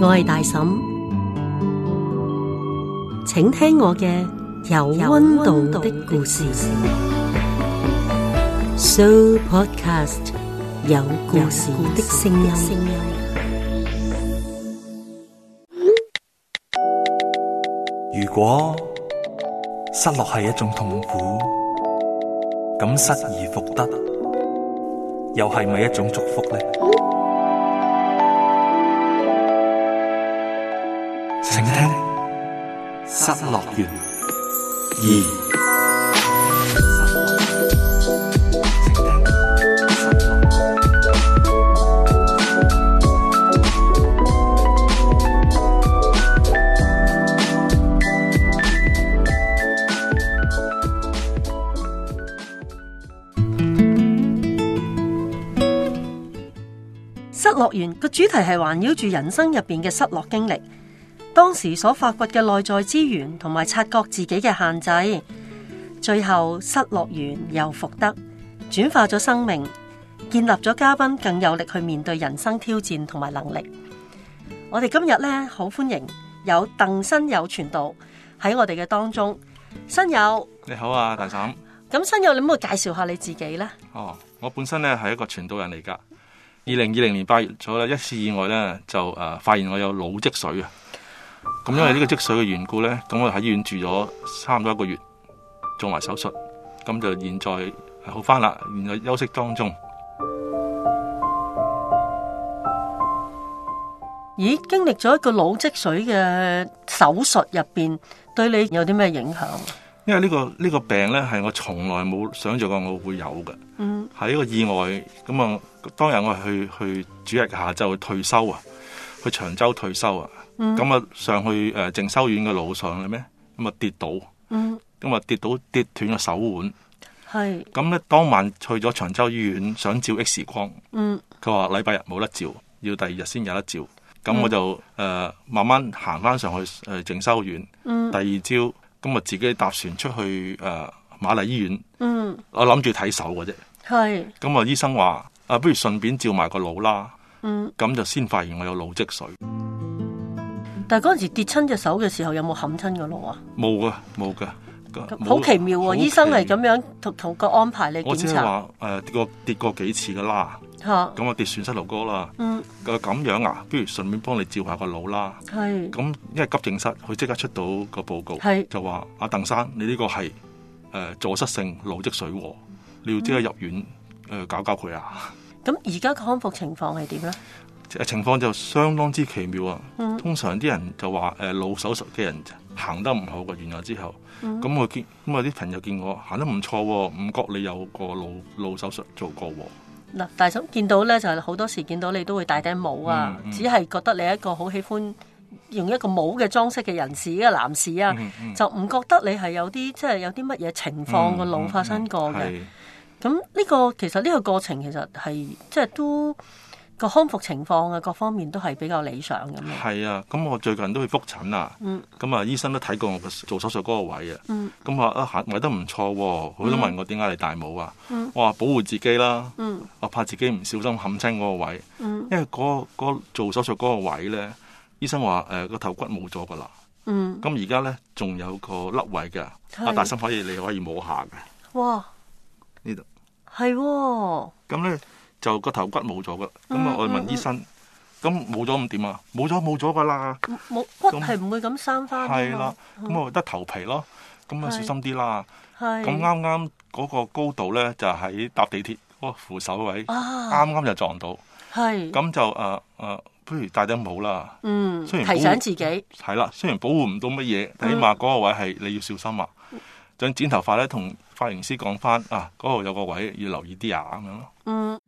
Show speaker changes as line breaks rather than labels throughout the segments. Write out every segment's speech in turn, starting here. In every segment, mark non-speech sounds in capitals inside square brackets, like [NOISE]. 我係大嬸，請聽我嘅有溫度的故事 So Podcast 有故事的聲音。
如果失落係一種痛苦，咁失而復得，又係咪一種祝福呢？請聽《失落園二》。請聽失落
失樂園個主題係環繞住人生入邊嘅失落經歷，當時所發掘嘅內在資源，同埋察覺自己嘅限制，最後失樂園又復得，轉化咗生命，建立咗嘉賓更有力去面對人生挑戰同埋能力。我哋今日呢，好歡迎有鄧新友傳道喺我哋嘅當中，新友，
你好啊，大嬸。
咁新友你可唔可以介紹下你自己呢？
哦，我本身咧係一個傳道人嚟㗎。二零二零年八月左右咧，一次意外咧就誒、呃、發現我有腦積水啊。咁因為呢個積水嘅緣故咧，咁我喺醫院住咗差唔多一個月，做埋手術，咁就現在呃好翻啦，現在休息當中。
咦，經歷咗一個腦積水嘅手術入邊，對你有啲咩影響？
因為呢、個呢、個病咧係我從來冇想象過我會有嘅，
嗯，
係一個意外。咁啊，當日我係去去主日下晝退休啊，去長洲退休啊。
嗯
咁啊、上去誒、呃、靜修院嘅路上咧咩？咁啊跌倒，
嗯，
咁啊跌倒跌斷個手腕。
係，
咁咧當晚去咗長洲醫院想照 X 光，
嗯，
佢話禮拜日冇得照，要第二日先有得照。
嗯
咁我就誒、呃慢慢行翻上去誒、呃、靜修院。
嗯，
第二朝咁啊自己搭船出去誒、呃、瑪麗醫院，
嗯，
我諗住睇手嘅啫。
係，
咁啊醫生話啊，不如順便照埋個腦啦。
嗯，
咁就先發現我有腦積水，
但係嗰陣時跌親隻手嘅時候，有冇冚親個腦啊？
冇噶冇噶，
咁
冇啊
好奇妙喎、
好
醫生係
奇
咁樣同同個安排你
我只
檢
係
查
話誒跌過跌過幾次噶啦，
嚇，
咁我跌損失流哥啦，
嗯，
咁咁樣啊，不如順便幫你照下個腦啦。
係，
咁因為急症室佢即刻出到個報告，
係
就話阿鄧生你呢個係誒、呃阻塞性腦積水喎，你要即刻入院
嗯
誒、呃搞搞佢啊！ [LAUGHS]
咁而家嘅康復情況係點咧？
誒情況就相當之奇妙啊！
嗯
通常啲人就話誒腦手術嘅人行得唔好嘅，完咗之後，
嗯
咁、我見咁我啲朋友見我行得唔錯喎，唔覺你有個腦腦手術做過喎。
嗱，大嬸見到咧，就係好多時見到你都會戴頂帽啊，
嗯嗯
只係覺得你係一個好喜歡用一個帽嘅裝飾嘅人士，一個男士啊，
嗯嗯
就唔覺得你係有啲即係有啲乜嘢情況個
嗯
腦發生過嘅。
係
咁呢、個其實呢個過程其實係即係都個康復情況啊，各方面都係比較理想咁樣。
係啊，咁我最近都去覆診啊，
嗯
咁啊醫生都睇過我個做手術嗰個位啊，
嗯
咁話啊行為得唔錯喎，佢都問我點解你戴帽啊，
嗯
我話保護自己啦，
嗯
我怕自己唔小心冚親嗰個位，
嗯
因為嗰、嗰做手術嗰個位咧，醫生話誒個頭骨冇咗㗎啦，
嗯，
咁而家咧仲有個凹位嘅，
係
阿大心可以你可以摸下嘅
哇，
呢度，
係喎，
咁咧就個頭骨冇咗㗎，咁
嗯
啊我問醫生，咁冇咗咁點啊？冇咗冇咗㗎啦。
冇冇骨
咁
係唔會咁生翻
係
㗎
啦
嘛。，
咁啊我得頭皮咯，咁啊
啊係
小心啲啦。
係
咁啱啱嗰個高度咧，就喺搭地鐵嗰個扶手位，啱
啊，
啱就撞到，
係
咁就誒誒，不如戴頂帽啦。
嗯，
雖然
提
保
醒
護
自己
係啦，雖然保護唔到乜嘢，
嗯
起碼嗰個位係你要小心啊。想剪頭髮咧，同髮型師講翻啊，嗰度有個位要留意啲啊，咁樣咯。
嗯。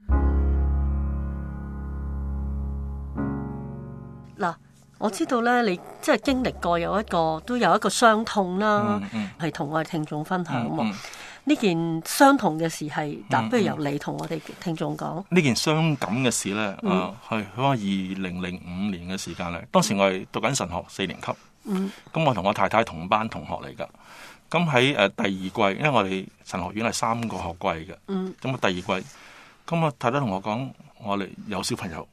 嗱，我知道咧，你即係經歷過有一個都有一個傷痛啦
嗯，嗯
係同我哋聽眾分享
嗯
喎。
嗯
呢件相同嘅事係，嗱，
嗯
不如由你同我哋聽眾講。
呢件傷感嘅事咧，
嗯
誒係喺我二零零五年嘅時間咧，當時我係讀緊神學四年級，咁、
嗯
我同我太太同班同學嚟噶。咁喺誒第二季，因為我哋神學院係三個學季嘅，
嗯
咁啊第二季，咁我太太同我講，我哋有小朋友，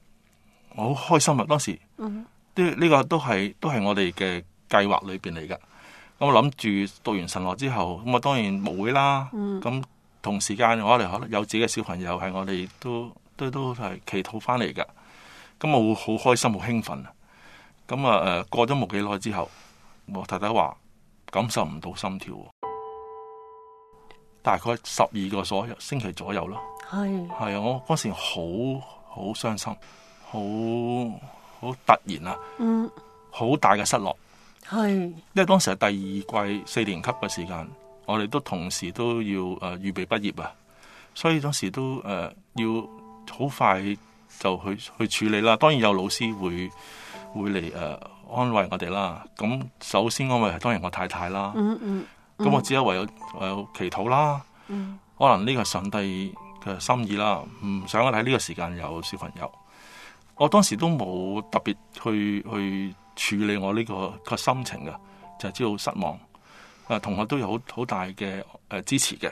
我好開心啊！當時
嗯
呢呢個都係都係我哋嘅計劃裏邊嚟噶。咁我諗住讀完神學之後，咁我啊當然牧會啦。
嗯
咁同時間我哋可能有自己嘅小朋友係我哋都都都係祈禱翻嚟噶。咁我會好開心，好興奮。啊咁啊誒，過咗冇幾耐之後，我太太話感受唔到心跳喎，大概十二個左右星期左右咯。
嗯係
係啊，我嗰時好好傷心，好好突然啊，
嗯
好大嘅失落。
係
因為當時係第二季四年級嘅時間，我哋都同時都要誒、呃、預備畢業啊，所以當時都誒、呃要好快就去去處理啦。當然有老師會會嚟誒、呃安慰我哋啦。咁首先安慰係當然我太太啦。
嗯嗯
咁我只有唯有唯有祈禱啦。
嗯
可能呢個係上帝嘅心意啦，唔想我喺呢個時間有小朋友。我當時都冇特別去去處理我呢、個個心情嘅，就係知道失望。啊，同學都有好好大嘅誒、呃支持嘅。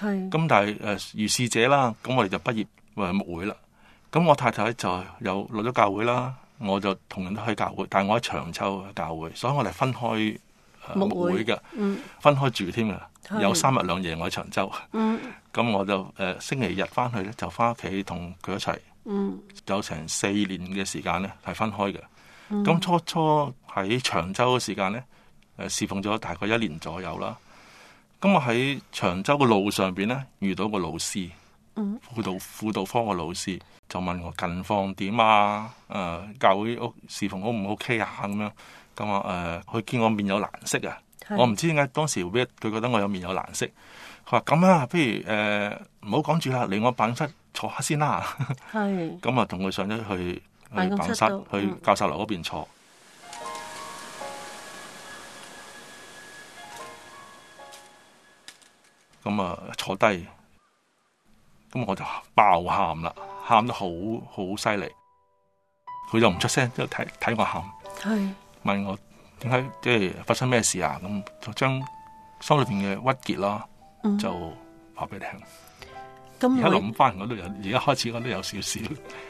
係
咁但係誒、呃如是者啦，咁我哋就畢業誒牧會啦。咁我太太就又落咗教會啦，我就同人都去教會，但係我喺長洲嘅教會，所以我哋分開、呃
牧
牧
會
會嘅，
嗯
分開住添㗎，
係
有三日兩夜我喺長洲。
嗯
咁我就誒、呃星期日翻去咧，就翻屋企同佢一齊，
嗯
有成四年嘅時間咧係分開嘅。
嗯
咁初初喺長洲嘅時間咧，誒、呃侍奉咗大概一年左右啦。咁我喺長洲嘅路上邊咧，遇到個老師，
嗯
輔導輔導科嘅老師就問我近況點啊？誒、教會屋侍奉 O 唔 OK 啊？咁樣咁啊誒，佢、見我面有難色啊。
係
我唔知點解當時會俾佢覺得我有面有難色。佢話咁啊，不如誒唔好講住啦，嚟我辦公室坐下先啦。 [LAUGHS]
係
咁啊，同佢上咗去去
辦
辦
公
公
室
室
度
去
嗯
教授樓嗰邊坐。咁啊，坐低，咁我就爆喊啦，喊得好好犀利。佢就唔出聲，即係睇睇我喊。
係
問我點解即係發生咩事啊？咁就將心裏邊嘅鬱結啦，
嗯
就話俾你聽。而家
咁
諗翻我都有，而家開始我都有少少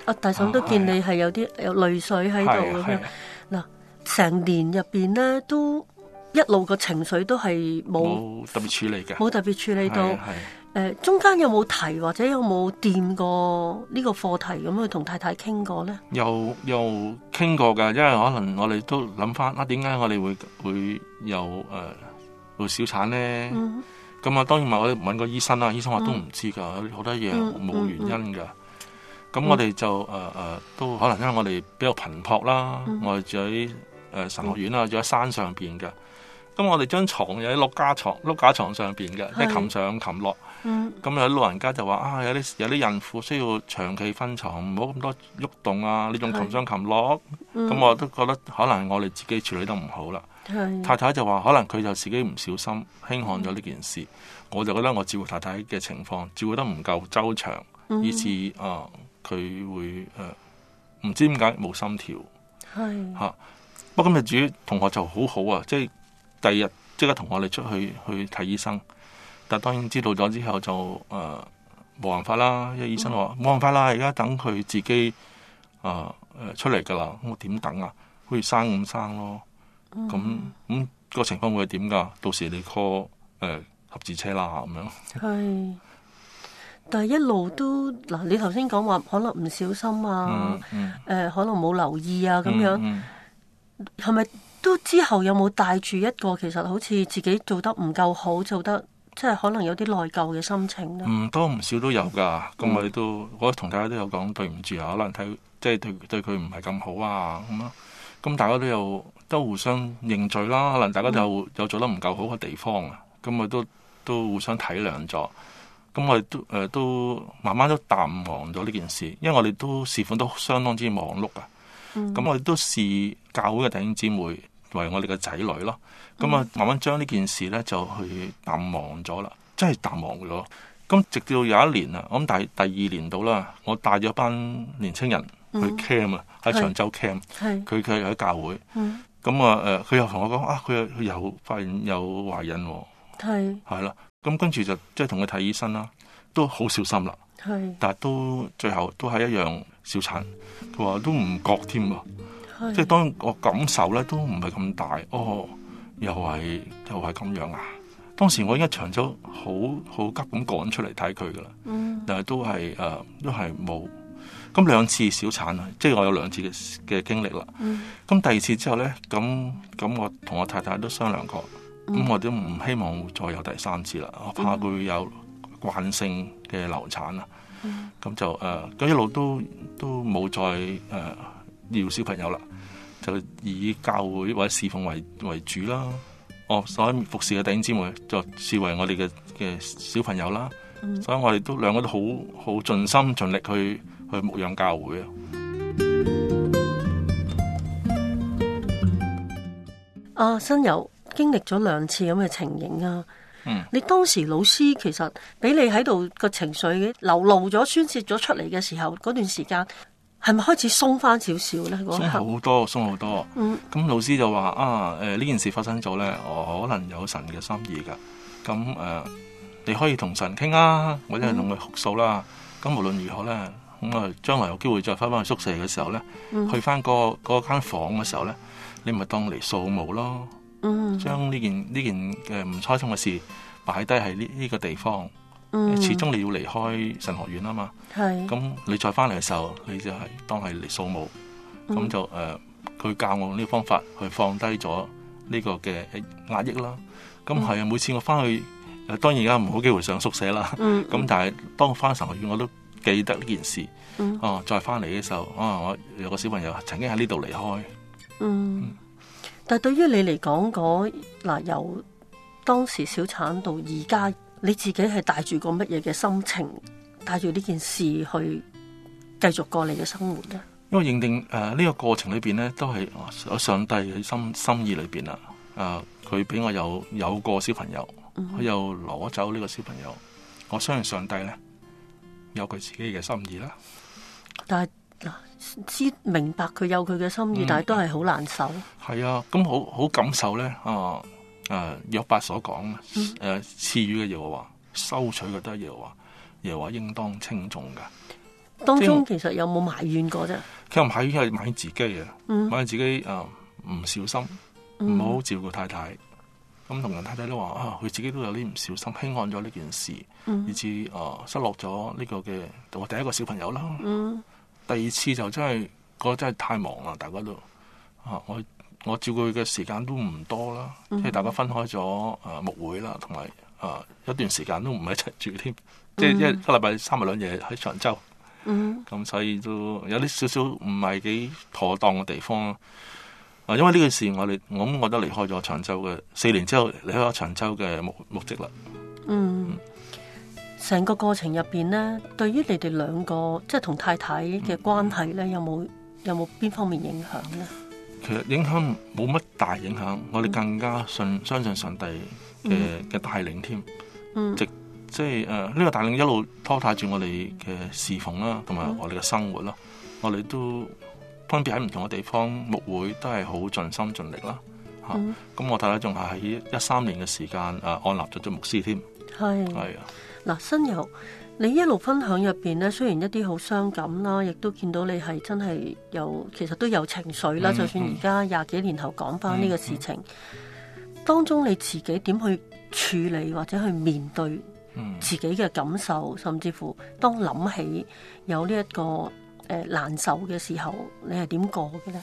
阿大嬸都見你係有啲有淚水喺度咁樣
啊係。啊
成年入邊咧都一路個情緒都係冇
冇特別處理嘅。
冇特別處理到。誒
係、啊係
中間有冇提或者有冇掂過呢個課題咁去同太太傾過咧？
又又傾過㗎，因為可能我哋都諗翻啊，點解我哋會會有誒、呃會小產咧？
嗯
咁啊，當然咪我哋問個醫生啦，醫生話都唔知㗎，好多嘢
嗯
冇
嗯
原因㗎。咁、我哋就誒誒、呃呃都可能因為我哋比較頻撲啦，
嗯
我哋住喺誒、呃神學院啦，住喺山上邊㗎。咁我哋張床又喺碌架床、碌架床上邊嘅，即係
係
擒上擒落。
嗯
咁有啲老人家就話啊，有啲有啲孕婦需要長期瞓床，唔好咁多喐動啊，你仲
係
擒上擒落。
嗯，
咁我都覺得可能我哋自己處理得唔好啦。
嗯係
太太就話可能佢就自己唔小心輕看咗呢件事，我就覺得我照顧太太嘅情況照顧得唔夠周詳，以致啊佢會呃誒唔知點解冇心跳。
係
嚇、不過今日主同學就好好啊，即係第二日即刻同我哋出去去睇醫生，但當然知道咗之後就誒冇、辦法啦，因為醫生
嗯
話冇辦法啦，而家等佢自己啊誒、呃出嚟㗎啦，咁我點等啊？好似生咁生咯，
嗯
咁咁、個情況會係點㗎？到時你 call 誒、呃合字車啦咁樣。
係。但係一路都嗱，你頭先講話可能唔小心啊，誒
嗯、嗯
可能冇留意啊咁樣，
嗯
係咪都之後有冇帶住一個其實好似自己做得唔夠好，做得即係可能有啲內疚嘅心情咧？
唔多唔少嗯都有噶，咁我哋都，我同大家都有講對唔住啊，可能睇即係對對佢唔係咁好啊，咁咯，咁大家都有都互相認罪啦，可能大家都有有做得唔夠好嘅地方啊，咁我都都互相體諒咗，咁我哋都誒、呃都慢慢都淡忘咗呢件事，因為我哋都事款都相當之忙碌啊，
嗯
咁我哋都視教會嘅弟兄姊妹為我哋嘅仔女咯，咁啊
嗯
慢慢將呢件事咧就去淡忘咗啦，真係淡忘咗。咁直到有一年啊，我諗第第二年度啦，我帶咗班年青人去 camp 啊、喺
係
長洲 camp，
嗯係
佢佢又喺教會，
嗯
咁啊誒，佢又同我講啊，佢又佢又發現有懷孕喎，
係
係啦，咁跟住就即係同佢睇醫生啦，都好小心啦，
係
但係都最後都係一樣小產，佢話都唔覺添喎，即係當我感受咧都唔係咁大，哦，又係又係咁樣啊！當時我已經喺長洲好好急咁趕出嚟睇佢噶啦，但係都係誒、呃都係冇。咁兩次小產啊，即係我有兩次嘅嘅經歷啦。咁第二次之後咧，咁咁我同我太太都商量過，咁我都唔希望再有第三次啦，我怕佢有慣性嘅流產啊。咁就誒，呃咁、一路都都冇再誒、呃要小朋友啦，就以教會或者侍奉為為主啦。我所以服侍嘅弟兄姊妹就視為我哋嘅嘅小朋友啦。所以我哋都兩個都好好盡心盡力去去牧養教會啊。
啊，新友經歷咗兩次咁嘅情形啊！
嗯
你當時老師其實俾你喺度個情緒流露咗、宣泄咗出嚟嘅時候，嗰段時間係咪開始鬆翻少少呢？嗰
鬆
一刻
好多，鬆好多。咁、
嗯
老師就話啊，誒、呢件事發生咗咧，我可能有神嘅心意噶。咁誒、呃你可以同神傾啊，或
嗯
者係同佢哭訴啦。咁、無論如何咧，咁啊，將來有機會再翻返去宿舍嘅時候咧，
嗯
去翻嗰嗰間房嘅時候咧，你咪當嚟掃墓咯，
嗯
將呢件呢件嘅唔開心嘅事擺低喺呢呢個地方。
嗯，
始終你要離開神學院啊嘛。
係
咁你再翻嚟嘅時候，你就係當係嚟掃墓，
嗯
咁、就誒，呃佢、教我用呢個方法去放低咗呢個嘅壓抑啦。咁
嗯
係啊，每次我翻去，誒當然而家唔好機會上宿舍啦。咁、
嗯
但係當我翻神學院，我都記得呢件事。
嗯
哦、再翻嚟嘅時候，啊，我有個小朋友曾經喺呢度離開。
嗯，但係對於你嚟講，嗰嗱由當時小產到而家，你自己係帶住個乜嘢嘅心情，帶住呢件事去繼續過你嘅生活呢？
因為認定誒呃呢、個過程裏邊咧，都係我上帝嘅心心意裏邊啦。誒、佢俾我有有個小朋友，佢又攞走呢個小朋友，我相信上帝咧有佢自己嘅心意啦。
但係嗱，知明白佢有佢嘅心意，
嗯
但係都係好難受。
係啊，咁好好感受咧啊誒約伯所講啊誒、賜予嘅耶和華，收取嘅都係耶和華，耶和華應當稱重㗎。
當中其實有冇埋怨過啫？
佢唔係係買自己啊，
嗯
買自己啊唔小心，唔好照顧太太。咁同人太太都話啊，佢自己都有啲唔小心輕看咗呢件事，
嗯
以至啊失落咗呢個嘅我第一個小朋友啦。
嗯
第二次就真係覺得真係太忙啦，大家都啊我我照顧佢嘅時間都唔多啦，
嗯
即係大家分開咗啊牧會啦，同埋啊一段時間都唔係一齊住添，即係一一個禮拜三日兩夜喺長洲。
嗯
咁所以都有啲少少唔係幾妥當嘅地方咯啊，因為呢件事我哋我咁覺得離開咗長洲嘅四年之後離開咗長洲嘅目目的啦。
嗯，成個過程入邊呢，對於你哋兩個即係同太太嘅關係呢，有冇有冇邊方面影響呢？
其實影響冇乜大影響，我
嗯
哋更加信相信上帝嘅嘅帶領添，
嗯
直即係誒呃呢個帶領一路拖帶住我哋嘅侍奉啦，同
嗯
埋我哋嘅生活啦，我哋都分別喺唔同嘅地方牧會都係好盡心盡力啦。嚇、
嗯
咁我太太仲係喺一三年嘅時間誒、啊按立咗做牧師添，
係。
係啊，
嗱，新友，你一路分享入邊咧，雖然一啲好傷感啦，亦都見到你係真係有，其實都有情緒啦。
嗯
就算而家廿幾年後講翻呢個事情，當中你自己點去處理或者去面對
嗯
自己嘅感受，甚至乎當諗起有呢、一個誒、呃、難受嘅時候，你係點過嘅咧？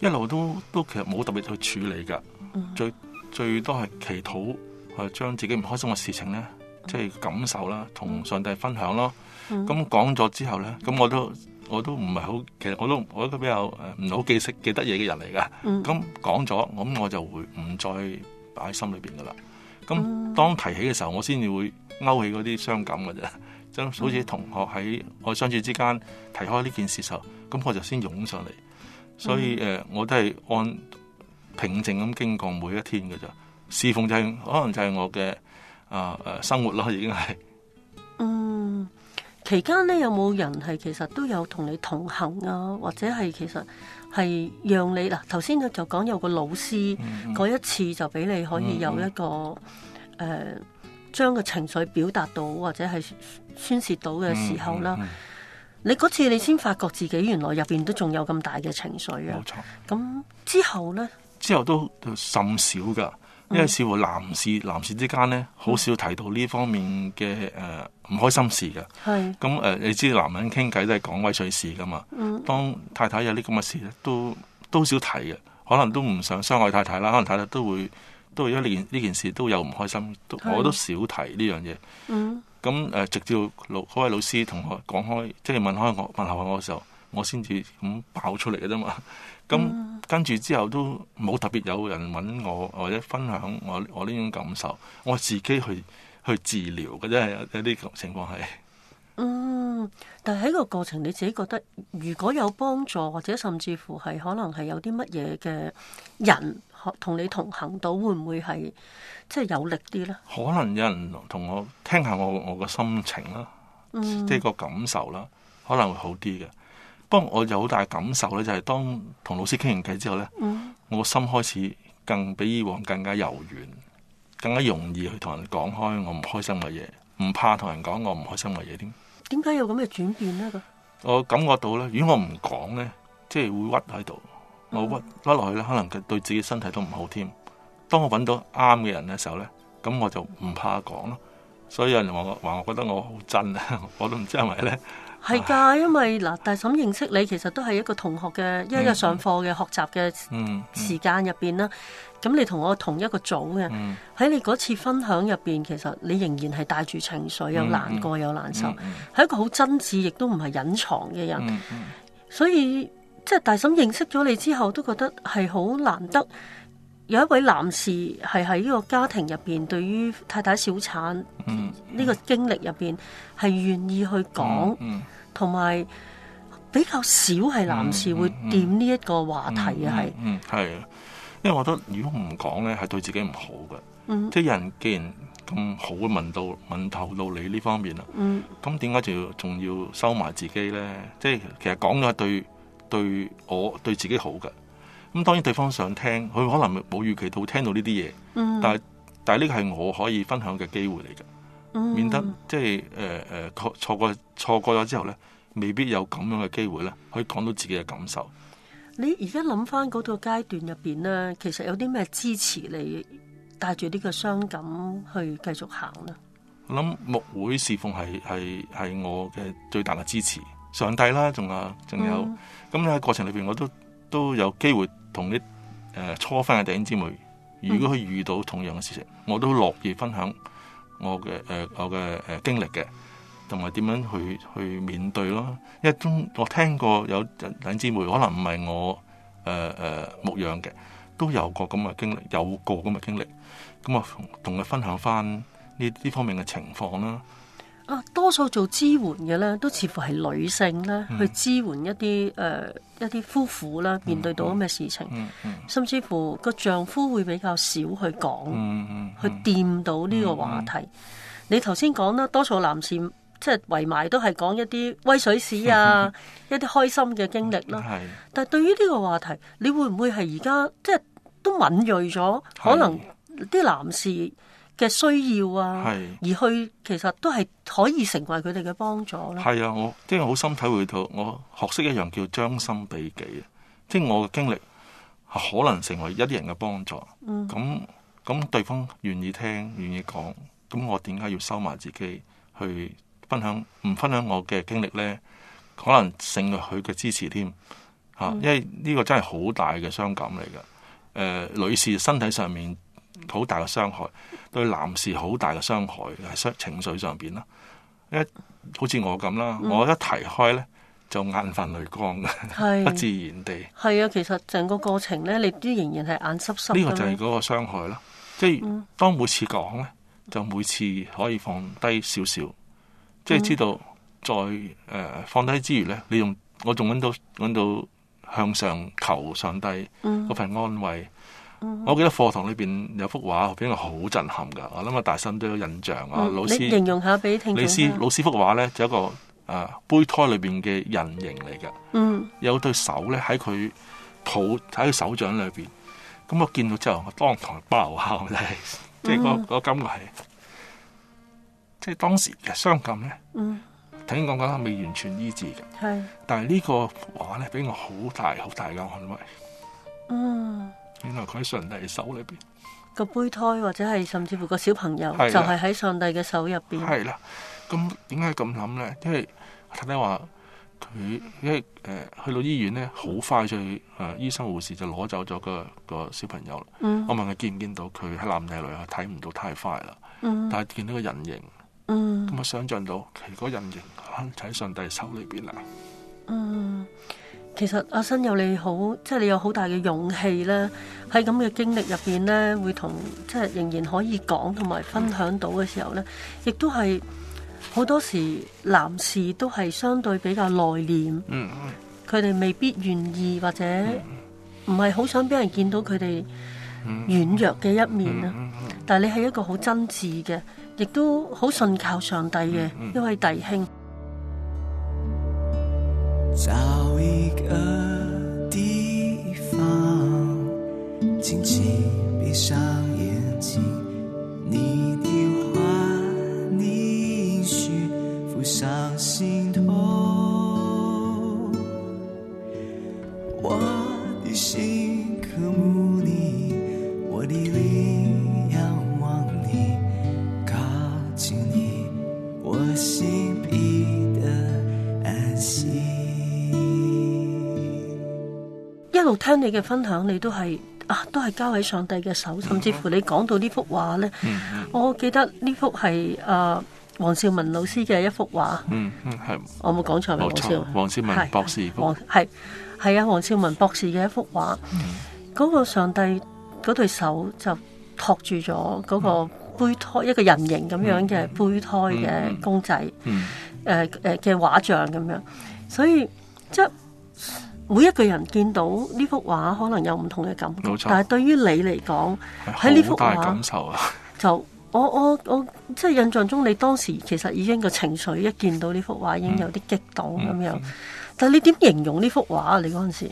一路都都其實冇特別去處理㗎，最最多係祈禱，係將自己唔開心嘅事情咧，即係感受啦，同上帝分享咯。咁講咗之後咧，咁我都我都唔係好，其實我都我一個比較呃誒唔係好記識記得嘢嘅人嚟
嗯
㗎。咁講咗，咁我就會唔再擺喺心裏邊㗎啦。
嗯
咁當提起嘅時候，我先至會勾起嗰啲傷感㗎啫。 [LAUGHS] 就好似同學喺我相處之間提開呢件事時候，咁我就先湧上嚟。所以誒、呃我都係按平靜咁經過每一天嘅咋。侍奉就係、可能就係我嘅啊誒生活咯，已經係
嗯，期間咧有冇人係其實都有同你同行啊，或者係其實係讓你嗱頭先就講有個老師
嗯
嗰、一次就俾你可以有一個誒、
嗯
呃、
嗯
將個情緒表達到或者係宣泄到嘅時候啦。你嗰次你先發覺自己原來入邊都仲有咁大嘅情緒啊
冇！錯。
咁之後呢，
之後都甚少噶，因為似乎男士男士之間咧，好少提到呢方面嘅誒唔開心事嘅。
係
咁誒、呃你知男人傾偈都係講威水事噶嘛？
嗯
當太太有啲咁嘅事咧，都都少提嘅，可能都唔想傷害太太啦。可能太太都會都會因為呢件呢件事都有唔開心，都
係
我都少提呢樣嘢。
嗯
咁誒、呃直至到老嗰位老師同我講開，即係問開我問候我嘅時候，我先至咁爆出嚟嘅啫嘛。咁、
嗯
跟住之後都冇特別有人揾我或者分享我我呢種感受，我自己去去治療嘅啫，有有啲情況係。
嗯，但係喺個過程你自己覺得，如果有幫助或者甚至乎係可能係有啲乜嘢嘅人可同你同行到，會唔會係即係有力啲呢？
可能有人同我聽下我我個心情啦，
嗯
即係個感受啦，可能會好啲嘅。不過我有好大感受咧，就係當同老師傾完偈之後咧，
嗯
我心開始更比以往更加柔軟，更加容易去同人講開我唔開心嘅嘢，唔怕同人講我唔開心嘅嘢添。
點解有咁嘅轉變呢？個
我感覺到咧，如果我唔講咧，即係會屈喺度，我屈屈落去咧，可能佢對自己身體都唔好添。當我揾到啱嘅人嘅時候咧，咁我就唔怕講咯。所以有人話我話我覺得我好真啊， [LAUGHS] 我都唔知係咪咧。
係㗎，因為嗱，大嬸認識你其實都係一個同學嘅一日上課嘅學習嘅
嗯，嗯
時間入邊啦。咁你同我同一個組嘅，
嗯
喺你嗰次分享入邊，其實你仍然係帶住情緒，有難過有難受，係、
嗯
一個好真摯，亦都唔係隱藏嘅人。
嗯嗯
所以即係大嬸認識咗你之後，都覺得係好難得。有一位男士係喺呢個家庭入邊，對於太太小產呢、
嗯
個經歷入邊，係願意去講，
嗯
同埋、比較少係男士
嗯
會
嗯
掂呢一個話題嘅係，
嗯，嗯係啊，因為我覺得如果唔講咧，係對自己唔好嘅。
嗯
即係人既然咁好嘅問到問透到你呢方面啦，
嗯
咁點解仲要仲要收埋自己呢？即係其實講咗係對對我對自己好嘅。咁當然對方想聽，佢可能冇預期到聽到呢啲嘢，
嗯，
但係但係呢個係我可以分享嘅機會嚟嘅，
嗯
免得即係誒誒錯錯過錯過咗之後呢，未必有咁樣嘅機會呢，可以講到自己嘅感受。
你而家諗翻嗰個階段入邊呢，其實有啲咩支持你帶住呢個傷感去繼續行呢？
我諗牧會侍奉係係係我嘅最大嘅支持，上帝啦，仲有仲有，
嗯
咁喺、過程裏邊我都都有機會同啲誒初婚嘅弟兄姊妹，如果佢遇到同樣嘅事情，我都樂意分享我嘅誒、呃我嘅誒、呃、經歷嘅，同埋點樣去去面對咯。因為中我聽過有弟兄姊妹可能唔係我誒誒牧養嘅，都有過咁嘅經歷，有過咁嘅經歷，咁啊同佢分享翻。呢呢方面嘅情況啦，
啊，多數做支援嘅咧，都似乎係女性咧、
嗯
去支援一啲誒、呃一啲夫婦啦，面對到咁嘅事情，
嗯嗯
甚至乎個丈夫會比較少去講，
嗯
去掂到呢個話題。你頭先講啦，多數男士即係圍埋都係講一啲威水史
[LAUGHS]
啊，一啲開心嘅經歷啦。
係
但係對於呢個話題，你會唔會係而家即係都敏鋭咗？可能啲男士嘅需要啊，
係
而去其實都係可以成為佢哋嘅幫助啦。
係啊！我即係好深體會到，我學識一樣叫將心比己啊！即係我嘅經歷可能成為一啲人嘅幫助。
嗯
咁咁對方願意聽，願意講，咁我點解要收埋自己去分享？唔分享我嘅經歷呢？可能勝過佢嘅支持添嚇，因為呢個真係好大嘅傷感嚟嘅。誒、女士身體上面好大嘅傷害，對男士好大嘅傷害係傷情緒上邊啦。一好似我咁啦，
嗯
我一提開呢，就眼泛淚光嘅，不自
係
然地。
係啊，其實成個過程咧，你都仍然係眼濕濕
呢
咁
個就
樣。
係嗰
嗯
個傷害啦。即係當每次講呢，就每次可以放低少少，即
嗯
係知道再誒、呃放低之餘呢，你用我仲揾到揾到向上求上帝
嗯
嗰份安慰。我記得課堂裏邊有幅畫俾我好震撼㗎，我諗啊大心都有印象啊，
嗯
老
你形
師。
容下俾聽
老
眾
師
聽。啊
老師幅畫呢，就一個誒、呃胚胎裏邊嘅人形嚟㗎。
嗯
有對手咧喺佢抱喺佢手掌裏邊，咁我見到之後，我當堂爆喊，真係，
嗯
即係嗰嗰感覺係，即係當時嘅傷感咧，
嗯
頭先講講啦，未完全醫治嘅，
係，
但係呢個話咧俾我好大好大嘅安慰。
嗯，
原來佢喺上帝嘅手裏邊，
個胚胎或者係甚至乎個小朋友
係啊
就係喺上帝嘅手入邊，
係啦。咁點解咁諗咧？因為太太話佢，因為誒、呃去到醫院咧，好快就誒、呃、醫生護士就攞走咗個個小朋友啦。
嗯
我問佢見唔見到佢係男定係女啊？睇唔到太快啦，
嗯
但係見到個人形，
嗯
咁我想像到佢嗰人形可能就喺上帝手裏邊啊啦。
嗯。其實阿新有你好，即係你有好大嘅勇氣咧，喺咁嘅經歷入邊咧，會同即係仍然可以講同埋分享到嘅時候咧，亦都係好多時男士都係相對比較內斂。
嗯，嗯
佢哋未必願意或者唔係好想俾人見到佢哋軟弱嘅一面啊。但係你係一個好真摯嘅，亦都好信靠上帝嘅一位弟兄。
找一个地方，轻轻闭上眼睛，你的话，你应许，浮上心头。我的心渴慕你，我的灵仰望你，靠近你，我心必得安息。
一路聽你嘅分享，你都係啊，都係交喺上帝嘅手，甚至乎你講到呢幅畫呢，我記得呢幅係啊黃兆文老師嘅一幅畫。
嗯嗯，係
我冇講錯咪？
冇
黃
錯
少文，
黃少文
係
博嗯士嗰
黃係係啊，黃少文博士嘅一幅畫，嗰、個上帝嗰對手就托住咗嗰個胚胎，一個人形咁樣嘅胚胎
嗯
嘅公仔，
嗯
誒誒嘅畫像咁樣，所以即係每一個人見到呢幅畫，可能有唔同嘅感覺
冇錯，
但係對於你嚟講，喺呢
係
幅
好大
畫
感。受啊！
就我我我即係印象中，你當時其實已經個情緒一見到呢幅畫
嗯
已經有啲激動咁樣。但係你點形容呢幅畫啊？你嗰陣時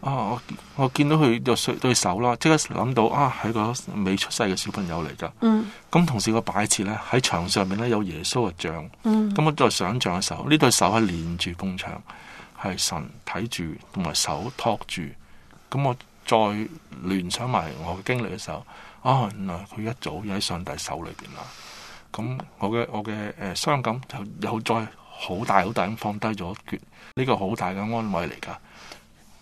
啊！我我見到佢對手對手啦，即刻諗到啊，係個未出世嘅小朋友嚟㗎。
嗯
咁同時個擺設咧喺牆上面咧有耶穌嘅像，
嗯
咁我再想像嘅時候，呢對手係連住供牆，係神睇住同埋手托住。咁我再聯想埋我嘅經歷嘅時候，啊，原來佢一早已喺上帝手裏邊啦。咁我嘅我嘅誒、呃、傷感就又再好大好大咁放低咗一橛，呢個好大嘅安慰嚟㗎。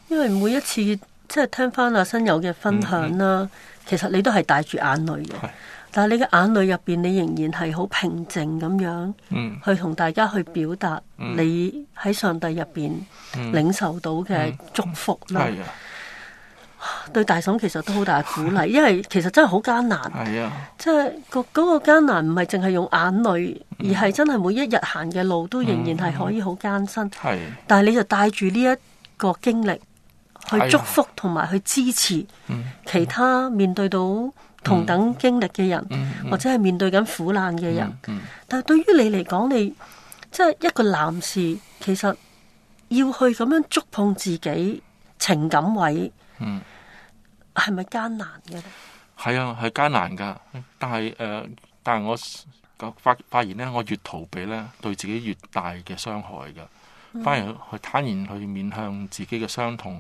因為每一次即係聽翻阿新友嘅分享啦，其實你都係帶住眼淚嘅
嗯係，
但係你嘅眼淚入邊，你仍然係好平靜咁樣
嗯
去同大家去表達你喺上帝入邊
嗯，
領受到嘅祝福啦。
係啊
對大嬸其實都好大鼓勵，因為其實真係好艱難。
係啊，
即係個嗰個艱難唔係淨係用眼淚，而係真係每一日行嘅路都仍然係可以好艱辛。
係
但係你就帶住呢一個經歷
係啊
去祝福同埋去支持
嗯
其他面對到同等經歷嘅人，
嗯嗯
或者係面對緊苦難嘅人。
嗯
但係對於你嚟講，你即係一個男士，其實要去咁樣觸碰自己情感位，
嗯。
係咪艱難嘅咧？
係啊，係艱難噶，但係誒、呃但係我 s- 個發發現咧，我越逃避咧，對自己越大嘅傷害噶。反而去坦然去面向自己嘅傷痛，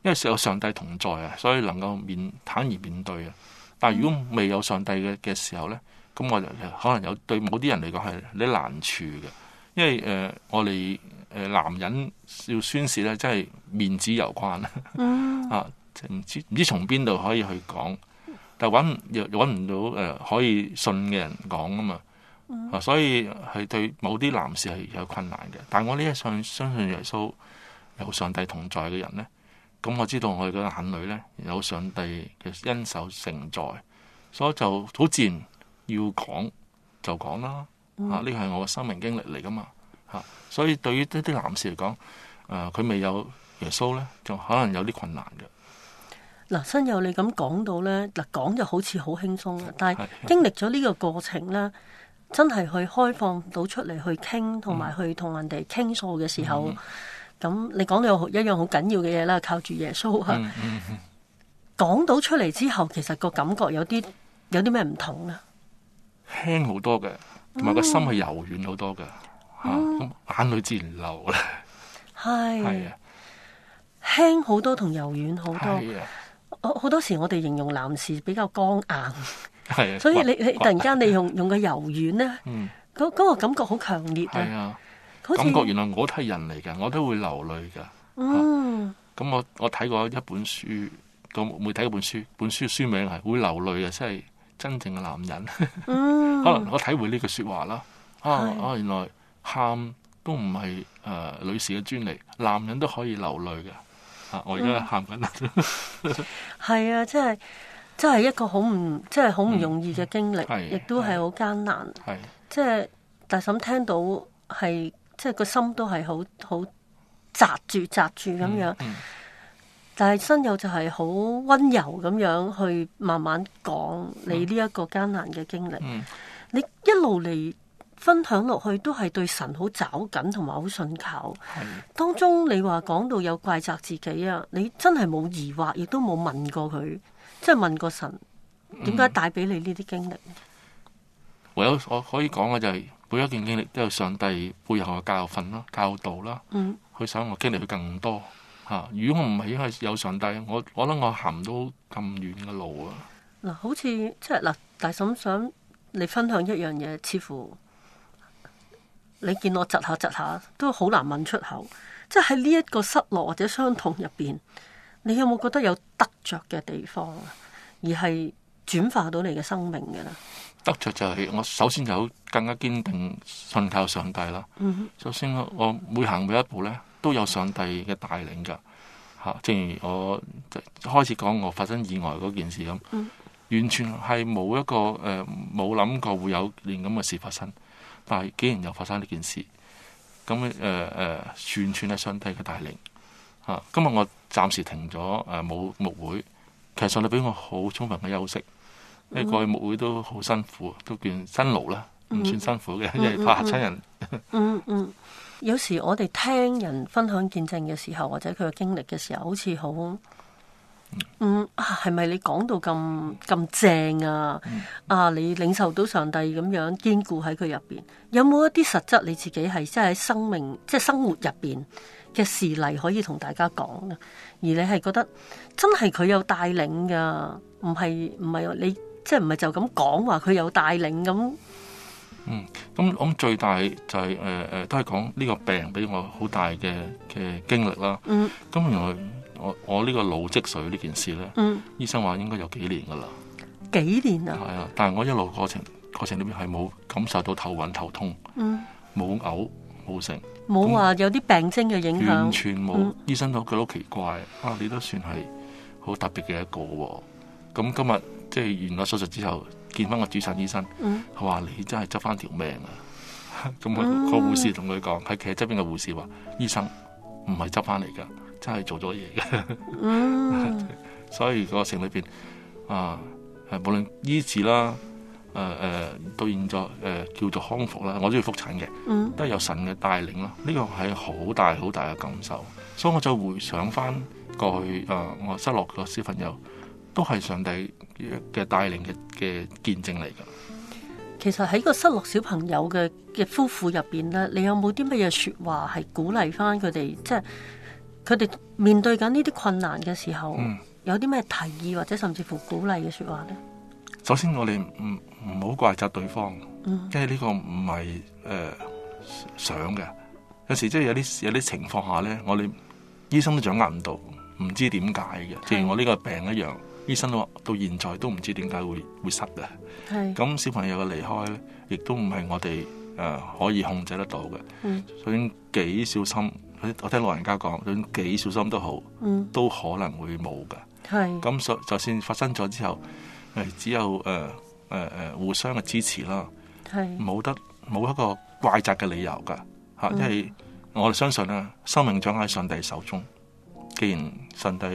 因為有上帝同在啊，所以能夠面坦然面對啊。但係如果未有上帝嘅嘅時候咧，咁我就可能有對某啲人嚟講係有啲難處嘅，因為誒、呃我哋誒、呃男人要宣泄咧，真係面子有關啦。啊，唔知唔知從邊度可以去講，但係揾唔又揾唔到誒、呃可以信嘅人講啊嘛。啊，所以係對某啲男士係有困難嘅。但係我呢一上相信耶穌有上帝同在嘅人呢，咁我知道我哋嘅眼淚呢，有上帝嘅恩手承載，所以就好自然要講就講啦。啊，呢個係我嘅生命經歷嚟噶嘛。嚇、所以對於一啲男士嚟講，誒、呃佢未有耶穌呢，就可能有啲困難嘅。
嗱，新友你咁講到呢，嗱講就好似好輕鬆啦，但係
係
經歷咗呢個過程呢，真係去開放到出嚟去傾，同埋
嗯
去同人哋傾訴嘅時候，咁、你講到有一樣好緊要嘅嘢啦，靠住耶穌啊，
嗯
講到出嚟之後，其實個感覺有啲有啲咩唔同啊？哦
輕好多嘅，同埋個心係柔軟好多嘅，嚇咁、眼淚自然流啦，係
係
啊，
輕好多同柔軟好多。
係啊，
好好多時我哋形容男士比較剛
[LAUGHS]
硬，
係啊，
所以你
刮
你突然，間你用用個柔軟咧，
嗯，
嗰嗰個感覺好強烈
係
啊！
啊，
好似
感覺原來我都係人嚟㗎，我都會流淚㗎。
嗯
咁我我睇過一本書，個每睇嗰本書，本書書名係會流淚嘅，即係真正嘅男人。
嗯，
[LAUGHS] 可能我體會呢句説話啦。啊
係
啊，原來喊都唔係誒女士嘅專利，男人都可以流淚嘅。啊，我而
嗯
家喊緊啦。
[LAUGHS] 係啊，真係真係一個好唔真係好唔容易嘅經歷，
嗯係
亦都係好艱難。
係
即係大嬸聽到係即係個心都係好好扎住扎住咁樣，
嗯
但係新友就係好温柔咁樣去慢慢講你呢一個艱難嘅經歷。
嗯，
你一路嚟分享落去，都係對神好找緊同埋好信靠。
係
當中你話講到有怪責自己啊，你真係冇疑惑，亦都冇問過佢，即係問過神
嗯
點解帶俾你呢啲經歷？
唯有我可以講嘅就係每一件經歷都有上帝背後嘅教訓啦、教導啦。
嗯
佢想我經歷佢更多嚇、啊如果我唔係因為有上帝，我我諗我行唔到咁遠嘅路啊。
嗱，好似即係嗱，大嬸想你分享一樣嘢，似乎你見我窒下窒下，都好難問出口。即係喺呢一個失落或者傷痛入邊，你有冇覺得有得着嘅地方啊？而係轉化到你嘅生命嘅啦。
得着就係我首先就好更加堅定信靠上帝啦。
嗯
首先我我每行每一步咧都有上帝嘅帶領㗎嚇、啊正如我即開始講我發生意外嗰件事咁，
嗯
完全係冇一個誒冇諗過會有件咁嘅事發生，但係竟然又發生呢件事，咁誒誒完全係上帝嘅帶領嚇、啊今日我暫時停咗誒冇牧會，其實上帝俾我好充分嘅休息。
嗯
因為過去牧會都好辛苦，都叫辛勞啦，唔算辛苦嘅，因為怕嚇親人。
嗯嗯，有時我哋聽人分享見證嘅時候，或者佢嘅經歷嘅時候，好似好嗯啊，係咪你講到咁咁正啊？啊，你領受到上帝咁樣堅固喺佢入邊，有冇一啲實質你自己係即係喺生命即係生活入邊嘅事例可以同大家講呢？而你係覺得真係佢有帶領噶，唔係唔係你即係唔係就咁講話佢有帶領咁？
咁我諗最大就係誒誒，都係講呢個病俾我好大嘅嘅經歷啦。
嗯
咁原來我我呢個腦積水呢件事咧，
嗯，
醫生話應該有幾年噶啦，
幾年啊？
係啊。但係我一路過程過程裏邊係冇感受到頭暈頭痛，
嗯。
冇嘔冇成，
冇話有啲病徵嘅影
完
響，
全冇。
嗯
醫生都覺得好奇怪啊！你都算係好特別嘅一個喎。咁今日即係完咗手術之後，見翻個主診醫生。
嗯
佢話你真係執翻條命啊！ [LAUGHS] 咁個
嗯
個護士同佢講，喺企喺側邊嘅護士話：醫生唔係執翻嚟㗎，真係做咗嘢嘅。 [LAUGHS]
嗯
所以個城裏邊啊，誒無論醫治啦，誒、誒到現在誒、叫做康復啦，我都要復診嘅，
嗯
都係有神嘅帶領咯。呢個係好大好大嘅感受。所以我就回想翻過去誒、啊我失落個小朋友，都係上帝嘅帶領嘅嘅見證嚟㗎。
其實喺個失落小朋友嘅嘅夫婦入邊咧，你有冇啲乜嘢説話係鼓勵翻佢哋？即係佢哋面對緊呢啲困難嘅時候，
嗯
有啲咩提議或者甚至乎鼓勵嘅説話呢？
首先我哋唔唔好怪責對方，
嗯
因為呢個唔係誒想嘅。有時即係有啲有啲情況下咧，我哋醫生都掌握唔到，唔知點解嘅。正如我呢個病一樣，醫生都話到現在都唔知點解會會失嘅。
係
咁小朋友嘅離開咧，亦都唔係我哋誒、呃可以控制得到嘅。
嗯
首先幾小心，我聽老人家講，就算幾小心都好，
嗯
都可能會冇嘅。
係
咁所就算發生咗之後，誒、只有誒誒誒互相嘅支持啦，
係
冇得冇一個怪責嘅理由㗎嚇，因
嗯
為我哋相信啦，生命掌握喺上帝手中。既然上帝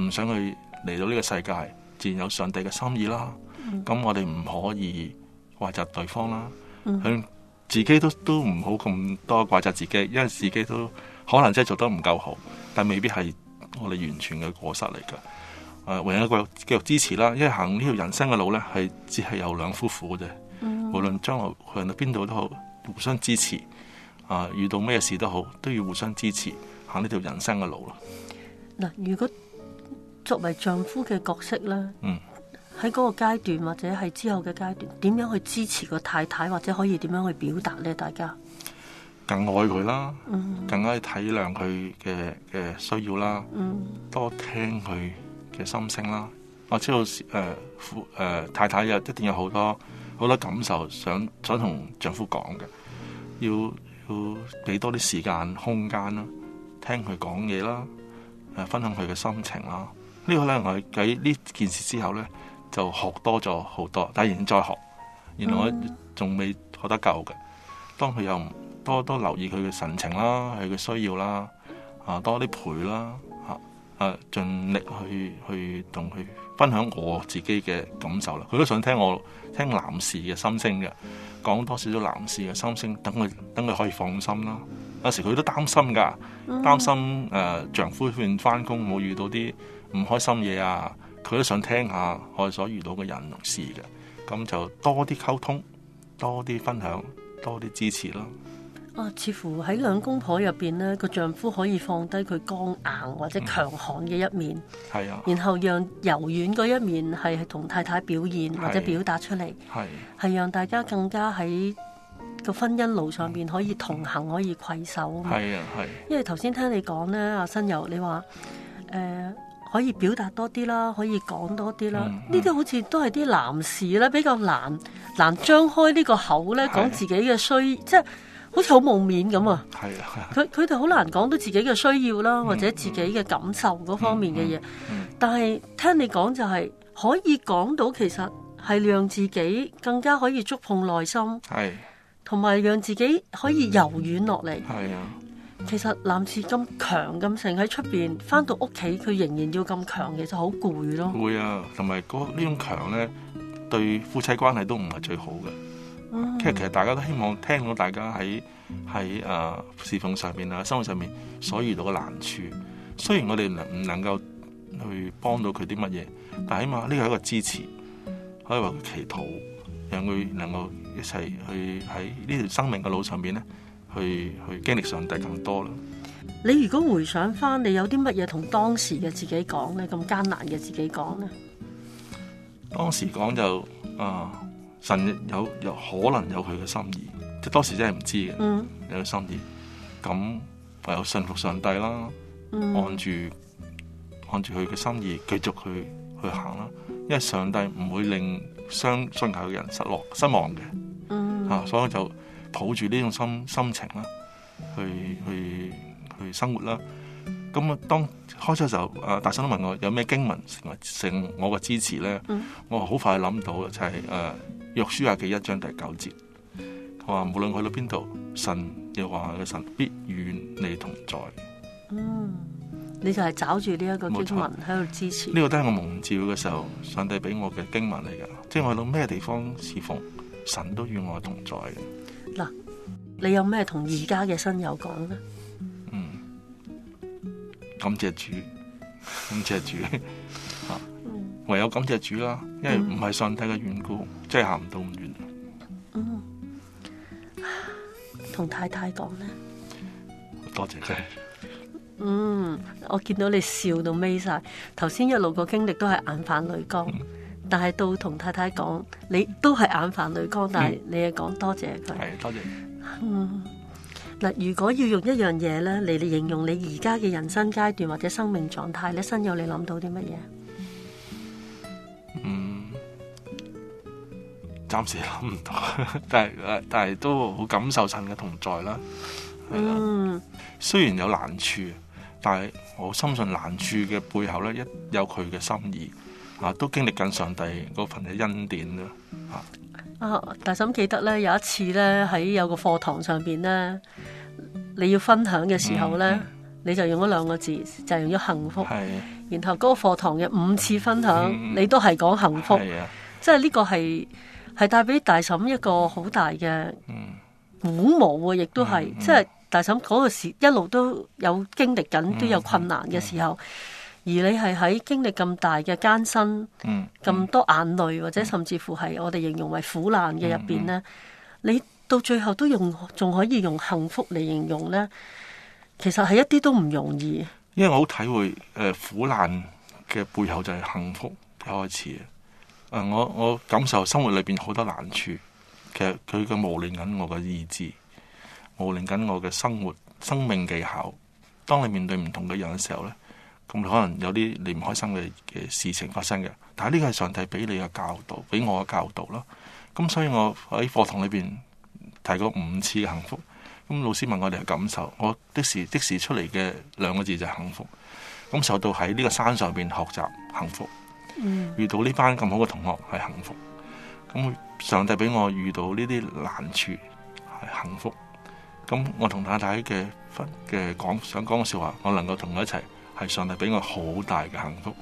唔想佢嚟到呢個世界，自然有上帝嘅心意啦。咁、我哋唔可以怪責對方啦，
嗯
佢、自己都都唔好咁多怪責自己，因為自己都可能真係做得唔夠好，但未必係我哋完全嘅過失嚟㗎。誒、唯有一個繼續支持啦，因為行呢條人生嘅路咧，係只係有兩夫婦嘅啫。無論將來去到邊度都好，互相支持。啊，遇到咩事都好，都要互相支持，行呢條人生嘅路咯。
嗱，如果作為丈夫嘅角色咧，
嗯，
喺嗰個階段或者係之後嘅階段，點樣去支持個太太，或者可以點樣去表達呢？大家，
更愛佢啦，
嗯
更加去體諒佢嘅嘅需要啦，
嗯
多聽佢嘅心聲啦。我知道誒夫誒太太有一定有好多好多感受，想想同丈夫講嘅，要要俾多啲時間空間啦，聽佢講嘢啦，誒、分享佢嘅心情啦。呢、個咧我喺呢件事之後咧就學多咗好多，但係仍然再學，原來我
嗯
仲未學得夠嘅。當佢又唔多多留意佢嘅神情啦，佢嘅需要啦，啊多啲陪啦，嚇啊盡力去去同佢分享我自己嘅感受啦。佢都想聽我聽男士嘅心聲嘅，講多少少男士嘅心聲，等佢等佢可以放心啦。有時佢都擔心㗎，擔心誒、呃丈夫勸翻工冇遇到啲唔開心嘢啊，佢都想聽下我哋所遇到嘅人同事嘅，咁就多啲溝通，多啲分享，多啲支持啦。
啊，似乎喺兩公婆入邊呢，個丈夫可以放低佢剛硬或者
嗯
強悍嘅一面，
係啊，
然後讓柔軟嗰一面係同太太表現或者
係
表達出嚟，
係
係讓大家更加喺個婚姻路上邊可以同行，可以攜手啊嘛。
係啊，係
因為頭先聽你講咧，阿新友你話誒、呃可以表達多啲啦，可以講多啲啦，
嗯
呢啲、好似都係啲男士咧比較難難張開呢個口咧
係
講自己嘅需，即係好似好冇面咁啊！
係啊，
佢佢哋好難講到自己嘅需要啦，或者自己嘅感受嗰方面嘅嘢。
嗯
但係聽你講就係、可以講到，其實係讓自己更加可以觸碰內心，
係
同埋讓自己可以柔軟落嚟。
係啊，
其實男士咁強咁盛喺出邊，翻到屋企佢仍然要咁強，其實好攰咯。
會啊，同埋嗰呢種強咧，對夫妻關係都唔係最好嘅。
嗯
即係其實大家都希望聽到大家喺喺誒侍奉上面啊、生活上面所遇到嘅難處。雖然我哋能唔能夠去幫到佢啲乜嘢，但起碼呢個係一個支持，可以為佢祈禱，讓佢能夠一齊去喺呢條生命嘅路上邊咧，去去經歷上帝更多啦。
你如果回想翻，你有啲乜嘢同當時嘅自己講呢？咁艱難嘅自己講呢？
當時講就啊、神有有可能有佢嘅心意，即係當時真係唔知嘅
嗯
有佢心意，咁唯有信服上帝啦。
嗯
按住按住佢嘅心意繼續去去行啦，因為上帝唔會令相信佢嘅人失落失望嘅，
嗯
啊，所以就抱住呢種心心情啦，去去去生活啦。咁啊，當開初嘅時候，啊，大生都問我有咩經文成為成我嘅支持咧，
嗯
我好快諗到啦，啊就係、誒、約書亞記一章第九節，佢話無論去到邊度，神又話呃嘅神必與你同在。
嗯，你就係找住呢一個經文
冇
喺度支持。
呢個都係我蒙召嘅時候，上帝俾我嘅經文嚟㗎。即係我去到咩地方侍奉，神都與我同在嘅。
你有咩同而家嘅新友講呢？
嗯，感謝主， [LAUGHS] 感謝主， [LAUGHS] 啊唯有感謝主啦，因為唔係上帝嘅緣故，真係行唔到咁遠。
嗯，同太太講呢？
多謝佢，
嗯，我見到你笑到眯晒。頭先一路個經歷都係眼泛淚光，但係到同太太講，你都係眼泛淚光，但係你嗯係講多謝佢。
係多謝。
嗯，嗱，如果要用一樣嘢咧嚟嚟形容你而家嘅人生階段或者生命狀態咧，新友你諗到啲乜嘢？
嗯，暫時諗唔到， [LAUGHS] 但係啊但係都好感受神嘅同在啦。係啦。
嗯
雖然有難處，但係我深信難處嘅背後咧，一有佢嘅心意，啊，都經歷緊上帝嗰份嘅恩典啦。
啊，大嬸記得咧，有一次咧喺有個課堂上邊咧，你要分享嘅時候咧，
嗯
你就用咗兩個字，就係用咗幸福。
係
然後嗰個課堂嘅五次分享，
嗯
你都係講幸福，
係啊，
即係呢個係係帶俾大嬸一個好大嘅
嗯
鼓舞啊！亦都係，
嗯嗯
即係大嬸嗰個時一路都有經歷
嗯
緊，都有困難嘅時候，而你係喺經歷咁大嘅艱辛、
嗯，嗯
咁多眼淚，或者甚至乎係我哋形容為苦難嘅入邊呢，你到最後都用仲可以用幸福嚟形容呢，其實係一啲都唔容易。
因為我好體會誒、呃苦難嘅背後就係幸福嘅開始啊！誒我我感受生活裏邊好多難處，其實佢嘅磨練緊我嘅意志，磨練緊我嘅生活、生命技巧。當你面對唔同嘅人嘅時候呢，咁你可能有啲你唔開心嘅嘅事情發生嘅，但係呢個係上帝俾你嘅教導，俾我嘅教導啦。咁所以我喺課堂裏邊提過五次嘅幸福。咁老師問我哋嘅感受，我的時的時出嚟嘅兩個字就係幸福。咁受到喺呢個山上邊學習幸福，遇到呢班咁好嘅同學係幸福。咁上帝俾我遇到呢啲難處係幸福。咁我同太太嘅分嘅講想講嘅説話，我能夠同佢一齊，係上帝俾我好大嘅幸福。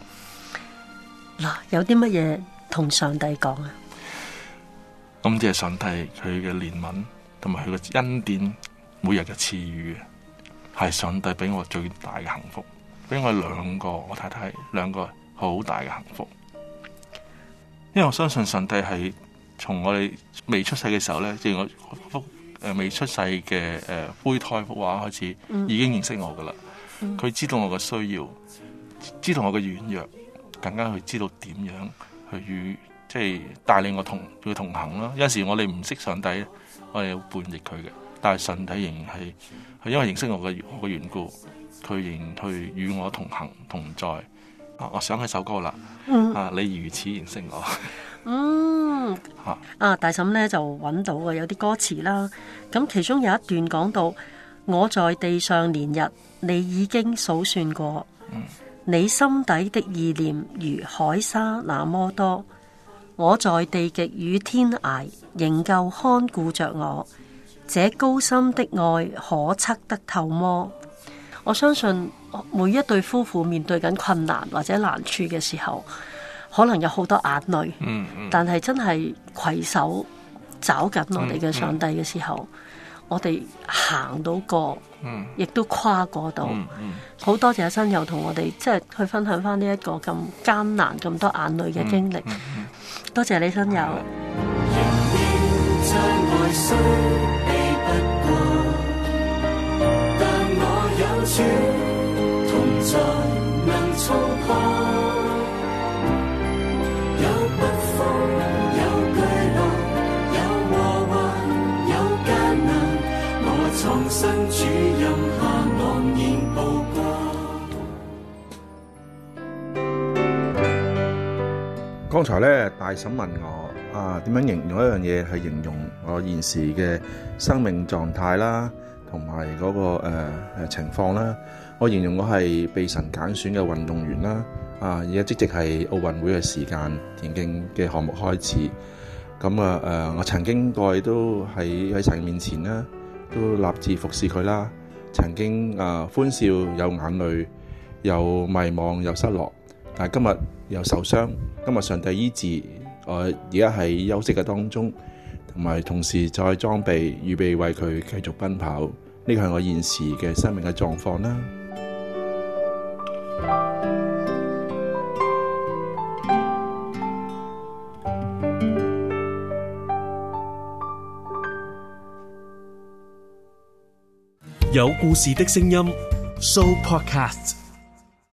嗱，有啲乜嘢同上帝講啊？
咁即係上帝佢嘅憐憫同埋佢嘅恩典，每日嘅賜予，係上帝俾我最大嘅幸福，俾我兩個我太太兩個好大嘅幸福。因為我相信上帝係從我哋未出世嘅時候呢，即係我幅誒未出世嘅誒胚胎幅畫開始，已經認識我噶啦。佢知道我嘅需要，知道我嘅軟弱，更加去知道點樣去與即係帶領我同佢同行啦。有陣時我哋唔識上帝，我哋會叛逆佢嘅，但係上帝仍然係係因為認識我嘅我嘅緣故，佢仍然去與我同行同在。啊，我想起首歌啦，啊，你如此認識我，
嗯
嚇，
啊大嬸呢就揾到啊嘅有啲歌詞啦，咁其中有一段講到我在地上連日，你已經數算過，你心底的意念如海沙那麼多，我在地極與天涯，仍舊看顧着我，這高深的愛可測得透麼？我相信呃每一對夫婦面對緊困難或者難處嘅時候，可能有好多眼淚。
嗯嗯，
但係真係攜手找緊我哋嘅
嗯
上帝嘅時候，我哋行到過，
嗯
亦都跨過到。
嗯嗯，
好多謝阿新友同我哋即係去分享翻呢一個咁艱難、咁多眼淚
嗯
嘅經歷。多謝你，新友。
啊
將愛心比不過，但我有主同在，能衝破。有北風，有巨浪，有禍患，有艱難，我藏身主蔭下，昂然步過。
剛才咧，大嬸問我啊，點樣形容一樣嘢係形容我現時嘅生命狀態啦，同埋嗰個誒、呃、情況啦。我形容我係被神揀選嘅運動員啦。啊，而家即即係奧運會嘅時間，田徑嘅項目開始。咁啊誒、呃我曾經過去都喺喺神面前啦，都立志服侍佢啦。曾經啊、歡笑有眼淚，又迷茫又失落，但係今日又受傷。今日上帝醫治，我而家喺休息嘅當中，同埋同時再裝備預備為佢繼續奔跑。呢個係我現時嘅生命嘅狀況啦。
有故事的聲音，Show Podcast。